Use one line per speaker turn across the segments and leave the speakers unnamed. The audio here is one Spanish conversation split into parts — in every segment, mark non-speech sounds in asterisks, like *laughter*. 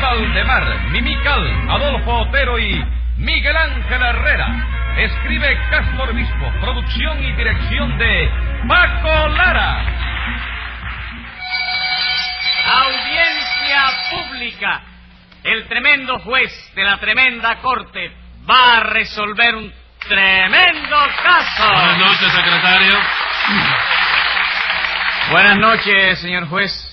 Valdemar, Mimical, Adolfo Otero y Miguel Ángel Herrera. Escribe Castro Obispo, producción y dirección de Paco Lara.
Audiencia pública. El tremendo juez de la tremenda corte va a resolver un tremendo
Buenas
caso.
noches, secretario.
Buenas noches, señor juez.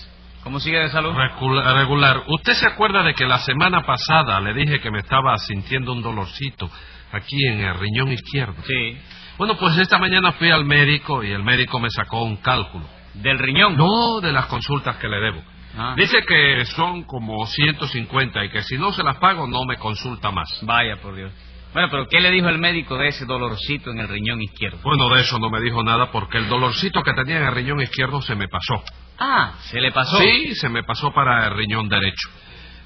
¿Cómo sigue de salud?
Recula- Regular. ¿Usted se acuerda de que la semana pasada le dije que me estaba sintiendo un dolorcito aquí en el riñón izquierdo?
Sí.
Bueno, pues esta mañana fui al médico y el médico me sacó un cálculo.
¿Del riñón?
No de las consultas que le debo.
Ah.
Dice que son como 150 y que si no se las pago no me consulta más.
Vaya, por Dios. Bueno, pero ¿qué le dijo el médico de ese dolorcito en el riñón izquierdo?
Bueno, de eso no me dijo nada porque el dolorcito que tenía en el riñón izquierdo se me pasó.
Ah, se le pasó.
Sí, se me pasó para el riñón derecho.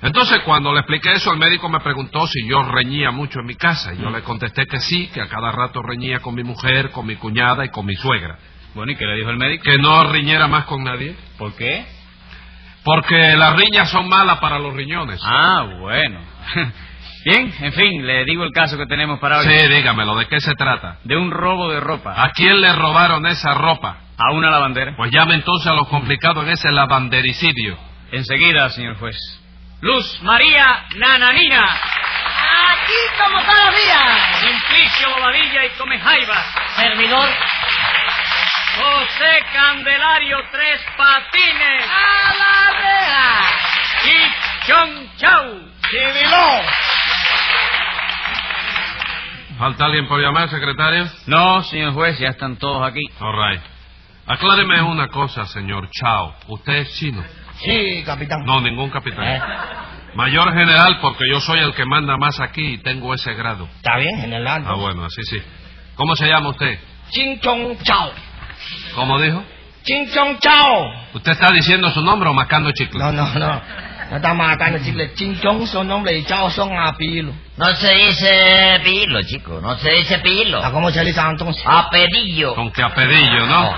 Entonces, cuando le expliqué eso, el médico me preguntó si yo reñía mucho en mi casa. Y yo le contesté que sí, que a cada rato reñía con mi mujer, con mi cuñada y con mi suegra.
Bueno, ¿y qué le dijo el médico?
Que no riñera más con nadie,
¿Por qué?
porque las riñas son malas para los riñones.
Ah, bueno. *laughs* Bien, en fin, le digo el caso que tenemos para hoy.
sí, dígamelo, ¿de qué se trata?
De un robo de ropa
¿A quién le robaron esa ropa?
a una lavandera.
Pues llame entonces a los complicados en ese lavandericidio.
Enseguida, señor juez. Luz María Nananina,
Aquí como todos los días.
Simplicio Bobadilla y Come Jaivas,
Servidor.
José Candelario Tres Patines
A la reja.
y Chon Chau.
¿Falta alguien por llamar, secretario?
No, señor juez, ya están todos aquí.
All right. Acláreme una cosa, señor Chao. ¿Usted es chino?
Sí, capitán.
No, ningún capitán.
Eh.
Mayor general, porque yo soy el que manda más aquí y tengo ese grado.
Está bien, general.
Ah, bueno, así sí. ¿Cómo se llama usted?
Ching chong chao.
¿Cómo dijo?
Ching chong chao.
¿Usted está diciendo su nombre o mascando chicle?
No, no, no. No estamos acá decirle ching chong son nombre y chao son apilo.
No se dice pilo, chico. No se dice pilo.
¿A cómo se le dice entonces?
Apelillo.
Ah, Con que apedillo, ¿no?
No.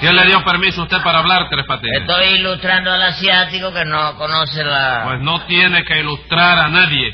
¿Quién le dio permiso a usted para hablar, Tres Patines?
Estoy ilustrando al asiático que no conoce
ah.
la...
Pues no tiene que ilustrar a nadie.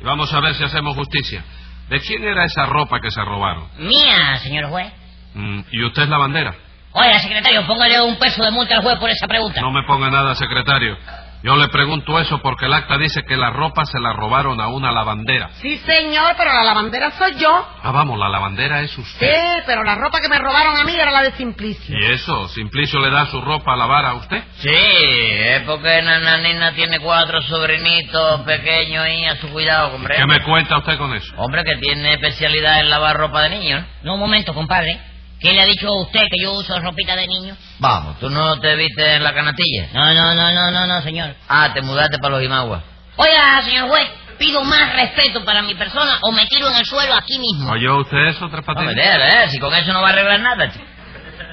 Y vamos a ver si hacemos justicia. ¿De quién era esa ropa que se robaron?
Mía, señor juez.
Mm, ¿Y usted es la bandera?
Oiga, secretario, póngale un peso de multa al juez por esa pregunta.
No me ponga nada, secretario. Yo le pregunto eso porque el acta dice que la ropa se la robaron a una lavandera.
Sí, señor, pero la lavandera soy yo.
Ah, vamos, la lavandera es
Sí,
usted.
pero la ropa que me robaron a mí era la de Simplicio.
¿Y eso? ¿Simplicio le da su ropa a lavar a usted?
Sí, es porque Nananina tiene cuatro sobrinitos pequeños y a su cuidado, hombre.
¿Qué me cuenta usted con eso?
Hombre que tiene especialidad en lavar ropa de niños. No, un momento, compadre. ¿Quién le ha dicho a usted que yo uso ropita de niño?
Vamos,
¿Tú no te viste en la canastilla?
No, no, no, no, no, no, señor.
Ah, te mudaste para los Imaguas.
Oiga, señor juez, pido más respeto para mi persona o me tiro en el suelo aquí mismo.
¿Oyó usted eso, Tres
No me
Patines?
dejes, eh, si con eso no va a arreglar nada, chico.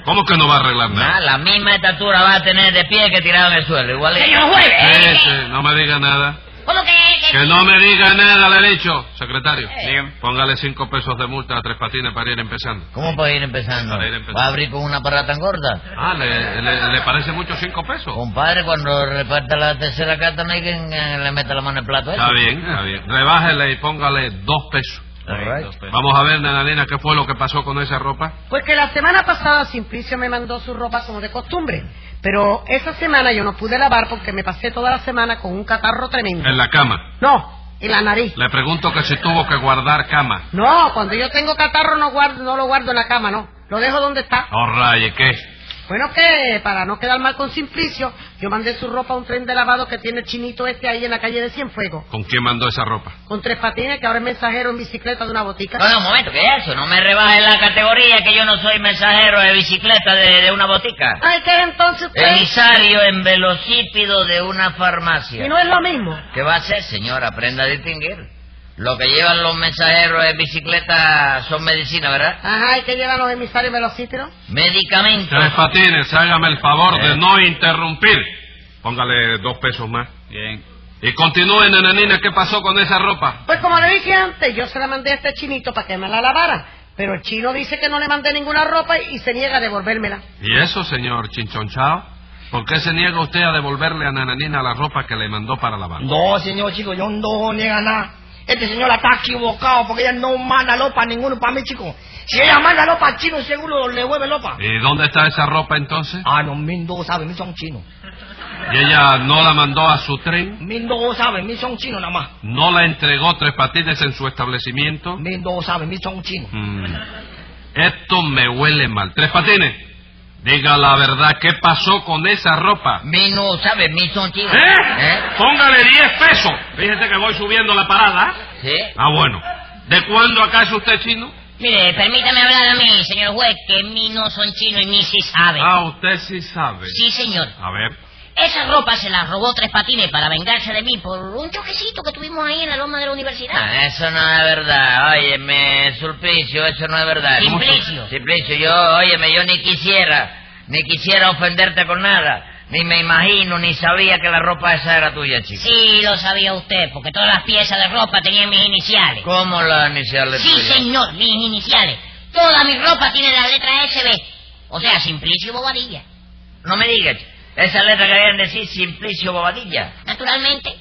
¿Cómo que no va a arreglar
Nah,
nada?
la misma estatura va a tener de pie que tirado en el suelo, igual.
Señor juez, ¿eh?
Ese, no me diga nada.
¿cómo que, que-
Que no me diga nada, le he dicho. Secretario,
Dígame.
póngale cinco pesos de multa a Tres Patines para ir empezando.
¿Cómo puede ir empezando?
Para ir empezando.
¿Va a abrir con una parra tan gorda?
Ah, ¿le, le- le parece mucho cinco pesos?
Compadre, cuando reparta la tercera carta no hay quien eh, le meta la mano en el plato. ¿eh?
Está bien, está bien. Rebájele y póngale dos pesos.
All right.
Vamos a ver, Nananina, qué fue lo que pasó con esa ropa.
Pues que la semana pasada Simplicio me mandó su ropa como de costumbre, pero esa semana yo no pude lavar porque me pasé toda la semana con un catarro tremendo.
En la cama.
No, en la nariz.
Le pregunto que si tuvo que guardar cama.
No, cuando yo tengo catarro no guardo, no lo guardo en la cama, no. Lo dejo donde está.
Oh, raye, ¿qué?
Bueno, que para no quedar mal con Simplicio, yo mandé su ropa a un tren de lavado que tiene el chinito este ahí en la calle de Cienfuegos,
¿Con quién mandó esa ropa?
con tres patines que ahora es mensajero en bicicleta de una botica.
No, no, un momento, ¿qué es eso? No me rebaje la categoría que yo no soy mensajero de bicicleta de, de una botica.
Ay, ¿qué es entonces usted?
Emisario en velocípido de una farmacia.
Y no es lo mismo.
¿Qué va a hacer, señor? Aprenda a distinguir. Lo que llevan los mensajeros en bicicleta son medicina, ¿verdad?
Ajá, ¿y qué llevan los emisarios velocíteros?
Medicamentos.
Tres patines, hágame el favor de
Eh.
no interrumpir. Póngale dos pesos más.
Bien.
Y continúe, Nananina, ¿qué pasó con esa ropa?
Pues como le dije antes, yo se la mandé a este chinito para que me la lavara. Pero el chino dice que no le mandé ninguna ropa y se niega a devolvérmela.
¿Y eso, señor Chinchonchao? ¿Por qué se niega usted a devolverle a Nananina la ropa que le mandó para lavar?
No, señor chico, yo no niega nada. Este señor está equivocado porque ella no manda lopa a ninguno para mí, chico. Si ella manda lopa al chino, seguro le vuelve lopa.
¿Y dónde está esa ropa entonces?
Ah, no, Mindo sabe, mí son chinos.
¿Y ella no la mandó a su tren?
Mindo sabe, mí son chinos nada más.
¿No la entregó tres patines en su establecimiento?
Mindo sabe, mí son chinos.
Mm. Esto me huele mal. Tres patines. Diga la verdad, ¿qué pasó con esa ropa?
Mi no sabe, mi son chicos.
¿Eh?
¿Eh?
Póngale 10 pesos. Fíjese que voy subiendo la parada. ¿eh?
Sí.
Ah, bueno. ¿De cuándo acá es usted chino?
Mire, permítame hablar a mí, señor juez, que mí no son chinos y ni si sabe.
Ah, usted sí sabe.
Pues
Sí, señor.
A ver.
Esa ropa se la robó Tres Patines para vengarse de mí por un choquecito que tuvimos ahí en la loma de la universidad.
Ah, eso no es verdad. Óyeme, Sulpicio, eso no es verdad.
Simplicio.
Simplicio, yo, óyeme, yo ni quisiera, ni quisiera ofenderte con nada. Ni me imagino, ni sabía que la ropa esa era tuya, chico.
Sí, lo sabía usted, porque todas las piezas de ropa tenían mis iniciales.
¿Cómo la iniciales
Sí,
tuyas?
señor, mis iniciales. Toda mi ropa tiene la letra SB. O sea, Simplicio Bobadilla.
No me digas. Esa letra que debían decir Simplicio Bobadilla.
Naturalmente.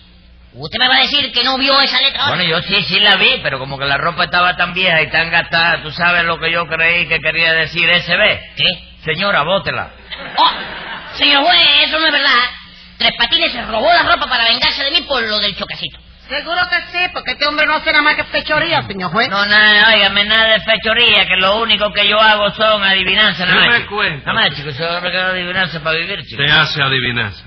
Usted me va a decir que no vio esa letra ahora.
Bueno, yo sí, sí la vi, pero como que la ropa estaba tan vieja y tan gastada, tú sabes lo que yo creí que quería decir SB.
¿Qué?
Señora, bótela.
Oh, señor juez, eso no es verdad. Tres Patines se robó la ropa para vengarse de mí por lo del choquecito.
Seguro que sí, porque este hombre no hace nada más que fechoría, señor juez.
No, nada, óigame, nada de fechoría, que lo único que yo hago son adivinanzas, nada
Yo
más.
me
chico.
cuento.
Nada más, chicos, yo me quedo adivinanzas para vivir, chicos.
Te hace adivinanza.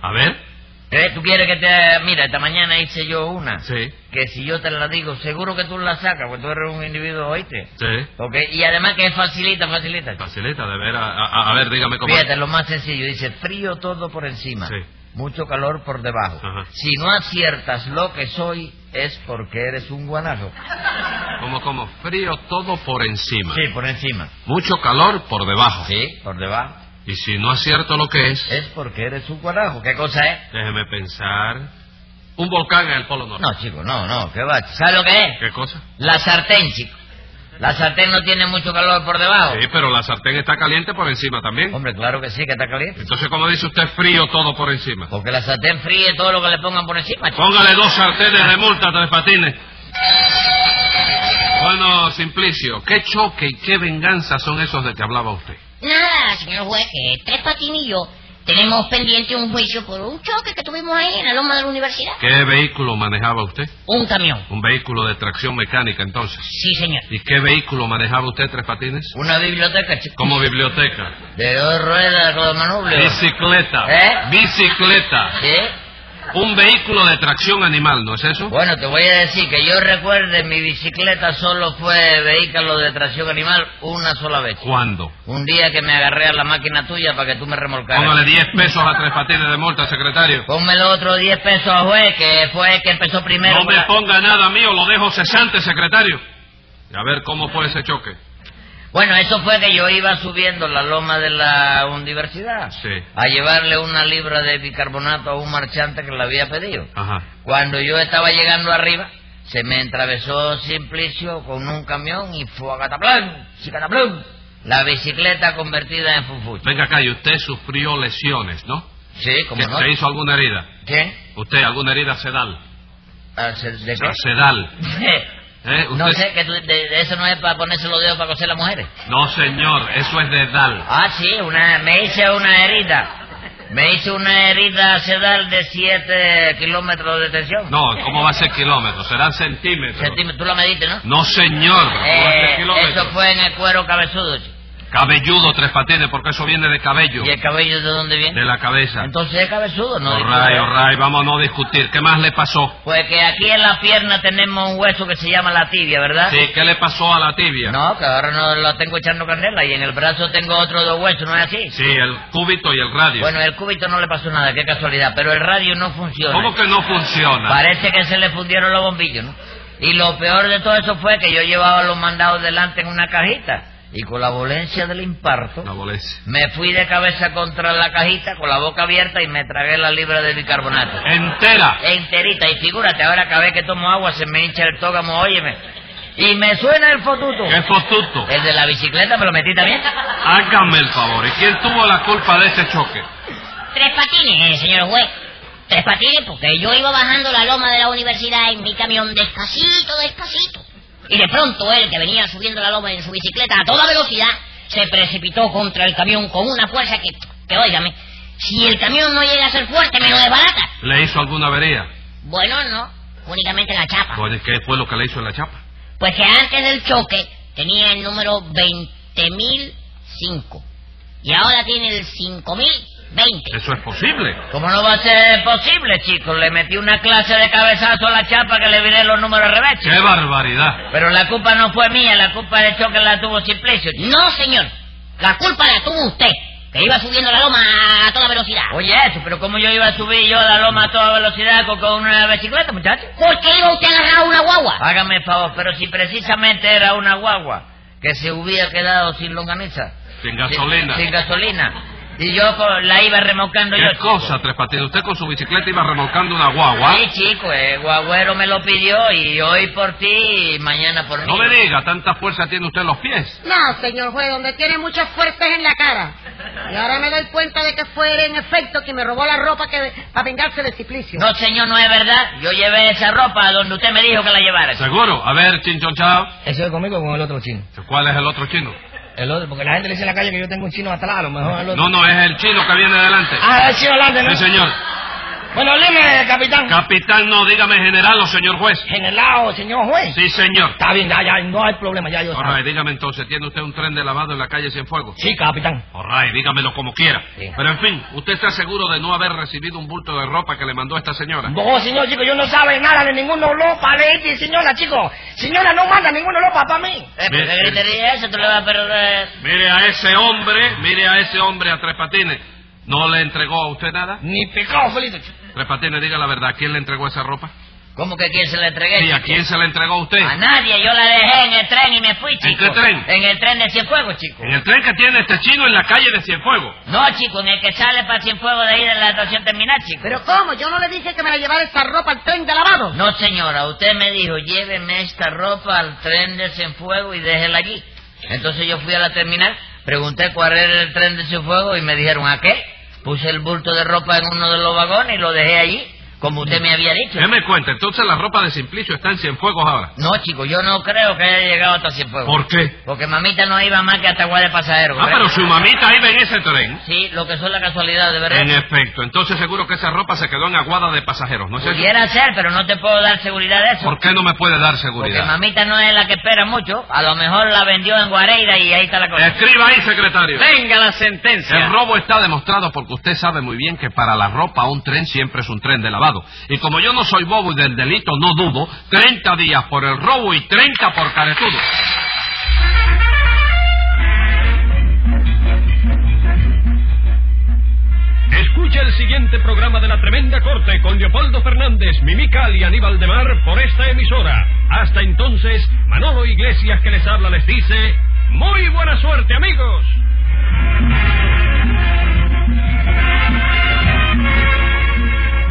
A ver.
¿Eh? ¿Tú quieres que te... Mira, esta mañana hice yo una.
Sí.
Que si yo te la digo, seguro que tú la sacas, porque tú eres un individuo, oíste.
Sí.
Ok, y además que es facilita, facilita. chico.
Facilita, de ver. A, a- a ver, dígame cómo.
Fíjate, lo más sencillo, dice frío todo por encima,
Sí.
mucho calor por debajo.
Ajá.
Si no aciertas lo que soy, es porque eres un guanajo.
Como, como. Frío todo por encima.
Sí, por encima.
Mucho calor por debajo.
Sí, por debajo.
Y si no acierto lo que es,
Es porque eres un guanajo. ¿Qué cosa es?
déjeme pensar. Un volcán en el Polo Norte.
No, chico, no, no, ¿qué va? ¿Sabes lo que es?
¿Qué cosa?
La sartén, chico. La sartén no tiene mucho calor por debajo.
Sí, pero la sartén está caliente por encima también.
Hombre, claro que sí, que está caliente.
Entonces, ¿cómo dice usted frío todo por encima?
Porque la sartén fríe todo lo que le pongan por encima, chico.
Póngale dos sartenes de multa, tres patines. Bueno, Simplicio, ¿qué choque y qué venganza son esos de que hablaba usted?
Nada, señor juez, que Tres Patines y yo tenemos pendiente un juicio por un choque que tuvimos ahí en la loma de la universidad.
¿Qué vehículo manejaba usted?
Un camión.
Un vehículo de tracción mecánica, entonces.
Sí, señor.
¿Y qué vehículo manejaba usted, tres patines?
Una biblioteca, chico.
Como biblioteca.
De dos ruedas, con manubrio.
Bicicleta.
¿Eh?
Bicicleta.
¿Sí?
Un vehículo de tracción animal, ¿no es eso?
Bueno, te voy a decir que yo recuerde, mi bicicleta solo fue vehículo de tracción animal una sola vez.
¿Cuándo?
Un día que me agarré a la máquina tuya para que tú me remolcaras.
Póngale 10 pesos a tres patines de multa, secretario.
Ponme los otros 10 pesos a juez, que fue el que empezó primero.
No
con
me
la-
ponga nada mío, lo dejo cesante, secretario. Y a ver cómo fue ese choque.
Bueno, eso fue que yo iba subiendo la loma de la universidad
Sí.
a llevarle una libra de bicarbonato a un marchante que la había pedido.
Ajá.
Cuando yo estaba llegando arriba, se me atravesó Simplicio con un camión y fue a cataplán, cicataplán, la bicicleta convertida en fufucho.
Venga acá, y usted sufrió lesiones, ¿no?
Sí, como
¿Se-
no.
¿Se hizo alguna herida?
¿Qué?
¿Usted alguna herida sedal?
Ah, ¿se- ¿De qué?
Sedal. ¿Eh?
*laughs* no
Usted-
sé, que tú- de, de eso no es para ponerse los dedos para coser las mujeres.
No, señor, eso es de dal.
Ah, sí, una, me hice una herida. Me hice una herida sedal de 7 kilómetros de tensión.
No, ¿cómo va a ser kilómetros? Serán centímetros.
Centímetros, tú la mediste, ¿no?
No, señor, ¿cómo va a ser
Eh,
kilómetros?
eso fue en el cuero cabezudo. chico.
Cabelludo, tres patines, porque eso viene de cabello.
¿Y el cabello de dónde viene?
De la cabeza.
Entonces es cabezudo, ¿no? eh,
Orray, orray, vamos a no discutir. ¿Qué más le pasó?
Pues que aquí en la pierna tenemos un hueso que se llama la tibia, ¿verdad?
Sí, ¿qué le pasó a la tibia?
Ah, No, que ahora no lo tengo echando canela y en el brazo tengo otros dos huesos, ¿no es así?
Sí, el cúbito y el radio.
Bueno, el cúbito no le pasó nada, qué casualidad, pero el radio no funciona.
¿Cómo que no funciona?
Parece que se le fundieron los bombillos, ¿no? Y lo peor de todo eso fue que yo llevaba los mandados delante en una cajita y con la violencia del imparto
La dolencia.
me fui de cabeza contra la cajita con la boca abierta y me tragué la libra de bicarbonato. E
Entera.
Eh. enterita y figúrate, ahora cada vez que tomo agua se me hincha el tógamo, óyeme. Y me suena el fotuto.
¿Qué fotuto?
El de la bicicleta me lo metí también.
Hágame el favor. ¿Y quién tuvo la culpa de ese este choque?
Tres patines, eh, señor juez. Tres patines porque yo iba bajando la loma de la universidad en mi camión descasito, descasito. Y de pronto él, que venía subiendo la loma en su bicicleta a toda velocidad, se precipitó contra el camión con una fuerza que, que óigame, si el camión no llega a ser fuerte, me lo desbarata.
¿Le hizo alguna avería?
Bueno, no, únicamente la
Ah.
chapa.
Bueno, ¿y ¿Qué fue lo que le hizo en la chapa?
Pues que antes del choque tenía el número 20.005 y ahora tiene el 5.020.
Eso es posible.
¿Cómo no va a ser posible, chicos? Le metí una clase de cabezazo a la chapa que le viré los números al revés.
¡Qué
chico.
barbaridad!
Pero la culpa no fue mía, la culpa del choque la tuvo Simplicio. chico.
No, señor, la culpa la tuvo usted, que iba subiendo la loma a toda velocidad.
Oye, eso, pero ¿cómo yo iba a subir yo la loma a toda velocidad con, con una bicicleta, muchacho?
¿Por qué iba usted agarrado a una guagua?
Hágame el favor, pero si precisamente era una guagua que se hubiera quedado sin longaniza.
Sin gasolina.
Sin, sin gasolina. Y yo co- la iba remolcando yo.
¿Qué
chico.
cosa, Tres Patines? Usted con su bicicleta iba remolcando una guagua.
Sí, chico, el guagüero me lo pidió y hoy por ti y mañana por mí.
No me diga, tanta fuerza tiene usted en los pies.
No, señor juez, donde tiene muchas fuerzas en la cara. Y ahora me doy cuenta de que fue él, en efecto quien me robó la ropa que para vengarse de Ciplicio.
No, señor, no es verdad. Yo llevé esa ropa a donde usted me dijo que la llevara.
Seguro. A ver, Chinchón Chao.
Eso es conmigo o con el otro chino.
¿Cuál es el otro chino?
El otro, porque la gente le dice en la calle que yo tengo un chino atrás, a lo mejor el otro.
No, no, es el chino que viene adelante.
Ah, el chino adelante, ¿no?
Sí, señor.
Bueno, dime, capitán.
Capitán, no, dígame general o señor juez.
General, señor juez.
Sí, señor.
Está bien, ya, ya, no hay problema, ya yo sé.
Alright, dígame entonces, ¿tiene usted un tren de lavado en la calle Cienfuegos?
Sí, capitán.
Alright, dígamelo como quiera.
Sí.
Pero en fin, ¿usted está seguro de no haber recibido un bulto de ropa que le mandó esta señora?
No, señor, chico, yo no sabe nada de ninguna lopa de este, señora, chico. Señora, no manda ninguna lopa para mí.
Eh, ¿por qué gritería eso? Tú le vas a perder...
Mire a ese hombre, mire a ese hombre a Tres Patines. ¿No le entregó a usted nada?
Ni pecado, Felito. chico.
Tres Patines, diga la verdad, ¿a quién le entregó esa ropa?
¿Cómo que a quién Ah, se la entregué?
¿Y a
chico?
quién se la entregó a usted?
A nadie, yo la dejé en el tren y me fui, chico.
¿En qué tren?
En el tren de Cienfuegos, chico.
En el tren que tiene este chino en la calle de Cienfuegos.
No, chico, en el que sale para Cienfuegos de ahí de la estación terminal, chico.
Pero ¿cómo? Yo no le dije que me la llevara esa ropa al tren de lavado.
No, señora, usted me dijo, lléveme esta ropa al tren de Cienfuegos y déjela allí. Entonces yo fui a la terminal, pregunté cuál era el tren de Cienfuegos y me dijeron, ¿a qué? Puse el bulto de ropa en uno de los vagones y lo dejé allí, como usted me había dicho.
¿Qué me cuenta? Entonces la ropa de Simplicio está en Cienfuegos ahora.
No, chico, yo no creo que haya llegado hasta Cienfuegos.
¿Por qué?
Porque mamita no iba más que hasta Guadalajara de Pasajero.
Ah, pero su mamita iba en ese tren.
Sí, lo que son las casualidades, ¿verdad?
En efecto, entonces seguro que esa ropa se quedó en aguada de pasajeros, ¿no es eso?
Pudiera ser, pero no te puedo dar seguridad de eso.
¿Por qué no me puede dar
Porque
seguridad?
mamita no es la que espera mucho. A lo mejor la vendió en Guareira y ahí está la cosa.
Escriba ahí, secretario.
Venga la sentencia.
El robo está demostrado porque usted sabe muy bien que para la ropa un tren siempre es un tren de lavado. Y como yo no soy bobo y del delito no dudo, 30 días por el robo y 30 por caretudo.
Escucha el siguiente programa de La Tremenda Corte con Leopoldo Fernández, Mimical y Aníbal de Mar por esta emisora. Hasta entonces, Manolo Iglesias que les habla les dice, ¡Muy buena suerte amigos!